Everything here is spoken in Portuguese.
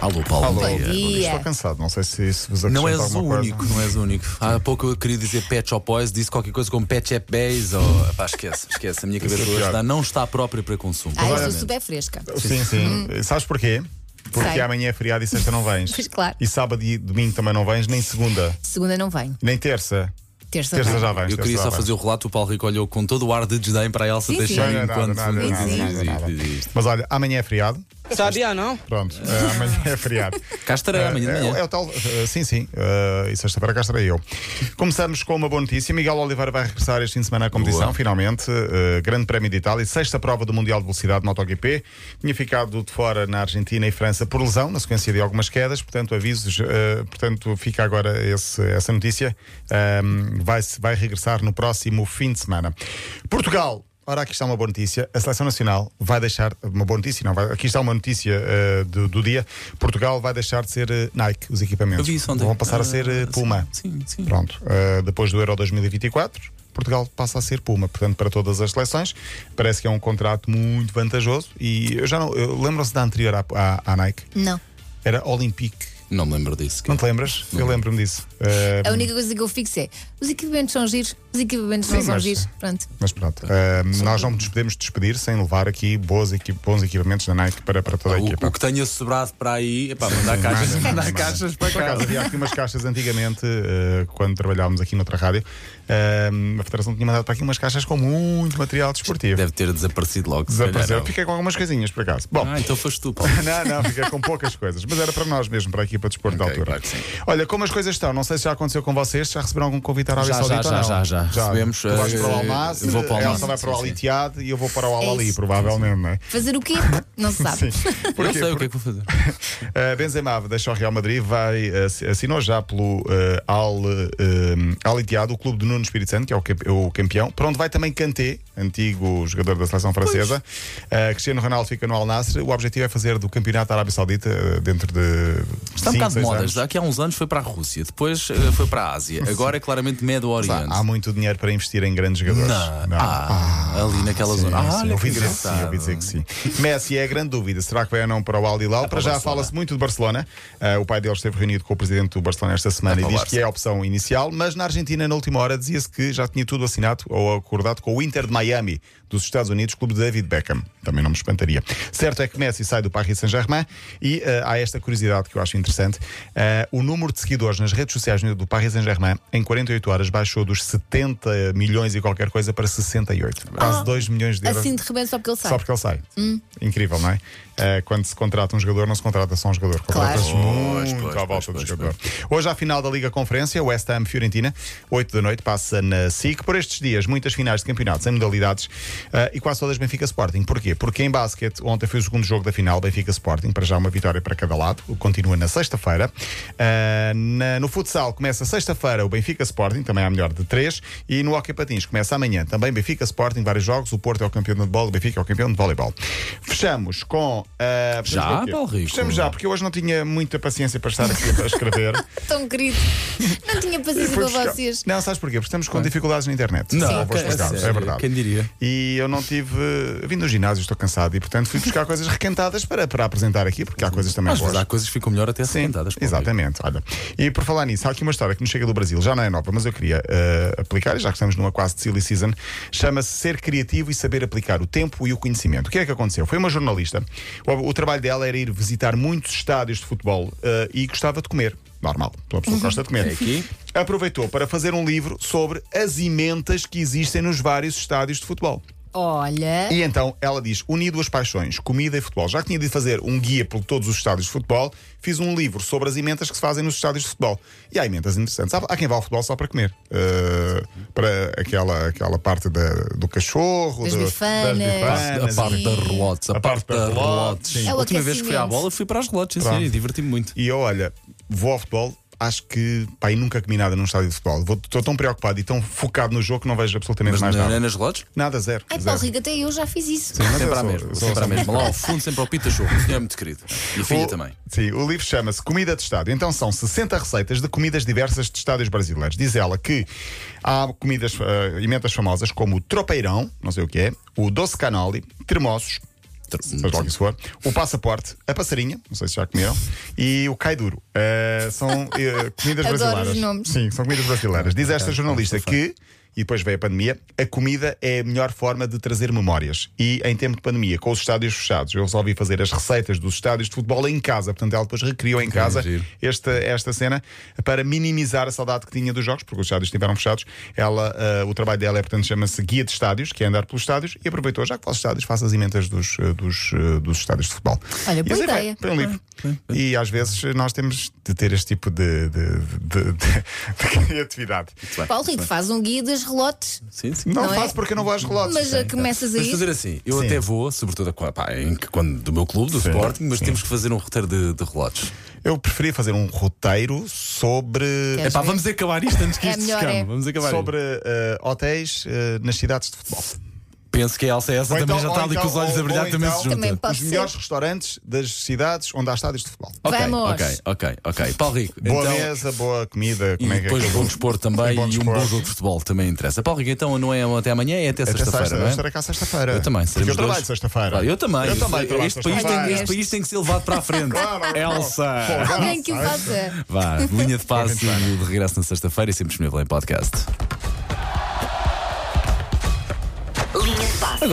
Alô, Paulo. Alô, bom dia. Bom dia. dia. Estou cansado, não sei se isso vos Não acrescenta és o alguma coisa. único, não és o único. Há pouco eu queria dizer Pet Shop Boys, disse qualquer coisa como Pet Shop Bays ou. Pá, esquece, esquece. A minha cabeça é hoje pior. está- não está própria para consumo. Ah, eu olha- estou super fresca. Sim, sim. Sabes porquê? Porque Hum. Sei. amanhã é feriado e sexta não vens. Pois claro. E sábado e domingo também não vens, nem segunda, Segunda não venho. nem terça. Terça, Terça venho. já vens. Eu queria terça já só vens. fazer o relato, o Paulo Rico olhou com todo o ar de desdém para a Elsa Sim, sim. deixar Não, não, enquanto. nada, nada, nada, diz, nada, diz, nada. diz, diz. Mas olha, amanhã é feriado. Sabia não? Pronto, eh, amanhã é feriado. Cá estarei amanhã de Eh, manhã. é o tal, eh, sim, sim. eh, e sexta-feira cá estarei eu. Começamos com uma boa notícia. Miguel Oliveira vai regressar este fim de semana à competição, Boa. Então, finalmente. eh, grande Prémio de Itália, sexta prova do Mundial de Velocidade de MotoGP. Tinha ficado de fora na Argentina e França por lesão, na sequência de algumas quedas, portanto, avisos. eh, portanto, fica agora esse- essa notícia. Ahm, vai, vai regressar no próximo fim de semana. Portugal. Ora, aqui está uma boa notícia. A seleção nacional vai deixar. Uma boa notícia, não. Vai, aqui está uma notícia eh, do, do dia. Portugal vai deixar de ser eh, Nike, os equipamentos. Eu vi isso ontem. Vão passar a Ah, ser eh, sim, Puma. Sim, sim. Pronto. Uh, depois do Euro 2024, Portugal passa a ser Puma, portanto, para todas as seleções. Parece que é um contrato muito vantajoso. E eu já não. eu- Lembram-se da anterior à, à- à Nike? Não. Era Olympique. Não me lembro disso. Não te lembras? Eu lembro-me disso. Uh, A única coisa que eu fixo é os equipamentos são giros, os equipamentos não Sim, são mas- giros. Pronto. Mas pronto, uh, nós não nos podemos despedir sem levar aqui boas equi- bons equipamentos da Nike para, para toda a equipa. Ah, O, o que tenha sobrado para aí, epá, mandar caixas, mandar caixas para Por cá. acaso, havia aqui umas caixas antigamente, eh, quando trabalhávamos aqui noutra rádio, eh, a Federação tinha mandado para aqui umas caixas com muito material desportivo. Deve ter desaparecido logo. se calhar, Desapareceu. não. Fiquei com algumas coisinhas, por acaso. Bom. Ah, então foste tu, Paulo. Não, não, fiquei com poucas coisas, mas era para nós mesmo, para a equipa de desporto da Ok, altura. claro que sim. Olha, como as coisas estão, não sei se já aconteceu com vocês, já receberam algum convite à Arábia Já, já, Saudita ou já, já, não? já. Recebemos, Tu vais eh, para o Almas, eu vou para o a Elsa Almas, vai para o sim, sim. Al-Itiad e eu vou para o É Al-Ali, isso. provavelmente, não é? Fazer o quê? Não se sabe. Eu Porquê? sei o que é que vou fazer. Uh, Benzema deixa o Real Madrid, vai, uh, assi- assinou já pelo uh, Al, um, Al Ittihad, o clube de Nuno Espírito Santo, que é o, campe- o campeão, para onde vai também Kanté, antigo jogador da seleção francesa. Uh, Cristiano Ronaldo fica no Al Nassr. O objetivo é fazer do campeonato da Arábia Saudita uh, dentro de. Está um cinco, bocado de seis modas. anos. Daqui há uns anos foi para a Rússia, depois eh, foi para a Ásia, agora é claramente Médio Oriente. Há muito dinheiro para investir em grandes jogadores. Ah, ah, ali naquela zona. Ah, Sim, olha eu que ouvi dizer que sim, eu engraçado. É ouvi dizer que sim. Messi é a grande dúvida. Será que vai ou não para o Al Hilal? para para o já Barcelona. fala-se muito de Barcelona. Ah, o pai dele esteve reunido com o presidente do Barcelona esta É semana e para o diz Barça. que é a opção inicial, mas na Argentina, na última hora, dizia-se que já tinha tudo assinado ou acordado com o Inter de Miami dos Estados Unidos, clube de David Beckham. Também não me espantaria. Certo é que Messi sai do Paris Saint-Germain e ah, há esta curiosidade que eu acho interessante. Ah, o número de seguidores nas redes sociais do Paris Saint-Germain em 48 horas baixou dos 70 milhões e qualquer coisa para 68. Quase 2 milhões de euros. Assim de repente só porque ele sai. Hum. Só porque ele sai. Incrível, não é? Eh, quando se contrata um jogador, não se contrata só um jogador. Claro. Contrata-se muito pois, à volta pois, do pois, jogador. Hoje, à final da Liga Conferência, West Ham Fiorentina, 8 da noite, passa na SIC. Por estes dias, muitas finais de campeonatos em modalidades eh, e quase todas Benfica Sporting. Porquê? Porque em basquete, ontem foi o segundo jogo da final, Benfica Sporting, para já uma vitória para cada lado. Continua na sexta-feira. Eh, na- no futsal, começa sexta-feira o Benfica Sporting, também à melhor de 3. E no Hockey Patins, começa amanhã também Benfica Sporting, vários jogos. O Porto é o campeão de handball, o Benfica é o campeão de voleibol. Fechamos com. eh, fechamos Já, com o quê? Paulo Rico? Fechamos já, porque eu hoje não tinha muita paciência para estar aqui a escrever. Tão querido. Não tinha paciência Fui para buscar- vocês. Não, sabes porquê? Porque estamos com dificuldades na internet. Não, Eu vou cara, explicar, sério, é verdade. quem diria? E eu não tive. eu Vim do ginásio, estou cansado e, portanto, fui buscar coisas requentadas para, para apresentar aqui, porque há coisas também Às boas. vezes há coisas que ficam melhor até Sim, sentadas. exatamente. Olha, e por falar nisso, há aqui uma história que nos chega do Brasil, já não é nova, mas eu queria eh, aplicar, e já que estamos numa quase de silly season, chama-se Ser Criativo e Saber Aplicar o Tempo e o Conhecimento. O que é que aconteceu? Foi uma jornalista, o, o trabalho dela era ir visitar muitos estádios de futebol eh, e gostava de comer. Normal, uma pessoa que gosta de comer. É aqui. Aproveitou para fazer um livro sobre as imentas que existem nos vários estádios de futebol. Olha. E então ela diz: uni duas paixões, comida e futebol. Já que tinha de fazer um guia por todos os estádios de futebol, fiz um livro sobre as emendas que se fazem nos estádios de futebol. E há emendas interessantes. Há, há quem vá ao futebol só para comer. Uh, para aquela, aquela parte da- do cachorro, Das do- bifanas. A bifanas assim. parte e- da relotes, a parte da relotes. sim. É A o última vez que fui à aquecimento. bola fui para as relotes, sim, sim, Pronto. e diverti-me muito. E eu, olha, vou ao futebol, acho que pá, e nunca comi nada num estádio de futebol. Vou- Estou tão preocupado e tão focado no jogo que não vejo absolutamente Mas é mais na- nada. nas relotes? Nada, zero. Ai, zero. Paulo Rico, até eu já fiz isso. Mas eu Sempre à sou- mesma, sou- assim. sempre à sou- mesma. Lá ao fundo, sempre ao pita show. O senhor é muito querido. E a filha O- também. Sim, o livro chama-se Comida de Estádio. Então são 60 receitas de comidas diversas de estádios brasileiros. Diz ela que há comidas, eh, emendas famosas como o tropeirão, não sei o que é, o doce canoli, termossos, seja lá o que isso for. O passaporte, a passarinha, não sei se já comeram, e o cai duro. Eh, são eh, comidas Adoro os brasileiras. nomes. Sim, são comidas brasileiras. Diz esta Obrigado, jornalista Mustafa. que, e depois veio a pandemia, a comida é a melhor forma de trazer memórias. E em tempo de pandemia, com os estádios fechados, eu resolvi fazer as receitas dos estádios de futebol em casa. Portanto, ela depois recriou em casa giro. esta, esta cena para minimizar a saudade que tinha dos jogos, porque os estádios estiveram fechados. Ela, ah, o trabalho dela é, portanto, chama-se Guia de Estádios, que é andar pelos estádios, e aproveitou, já que faz estádios, faça as emendas dos, ah, dos, ah, dos estádios de futebol. Olha, E boa assim foi, ideia. Foi um livro. E às vezes nós temos de ter este tipo de, de- de- de- de criatividade. Paulo Rico faz um guia dos relotes, Sim, sim. Não, Não é? faço porque eu não vou aos relotes. mas eh, começas Vamos aí. fazer assim, eu Sim. até vou, sobretudo a- pá, em que- quando, do meu clube, do Sim. Sporting, mas Sim. temos que fazer um roteiro de, de relotes. Eu preferia fazer um roteiro sobre. Queres Epá, ver? vamos acabar isto antes que É isto se melhor, escame. é. Vamos acabar isto. Sobre eh, hotéis eh, nas cidades de futebol. Penso que a Elsa é essa Ou também então- já está ou ali com os então- olhos a ou- brilhar, ou também então- se junta. Também pode Os ser. melhores restaurantes das cidades onde há estádios de futebol. Ok, Vamos. ok, ok, ok. Paulo Rico, Boa então, mesa, boa comida. E como é que depois é? bom desporto também E e, bom um bom desporto. jogo de futebol também interessa. Paulo Rico, então não é até amanhã, é até Até sexta-feira, sexta, não é? estarei cá sexta-feira. Eu também, Porque eu seremos trabalho dois. sexta-feira. Ah, Eu também. Eu também Este- trabalho este, país tem, sexta-feira. este país tem que ser levado para a frente. Claro. Elsa! Pô, já não Alguém que o sei. faça. Vá, linha de Boa passe fim de semana. de regresso na sexta-feira e sempre disponível em podcast.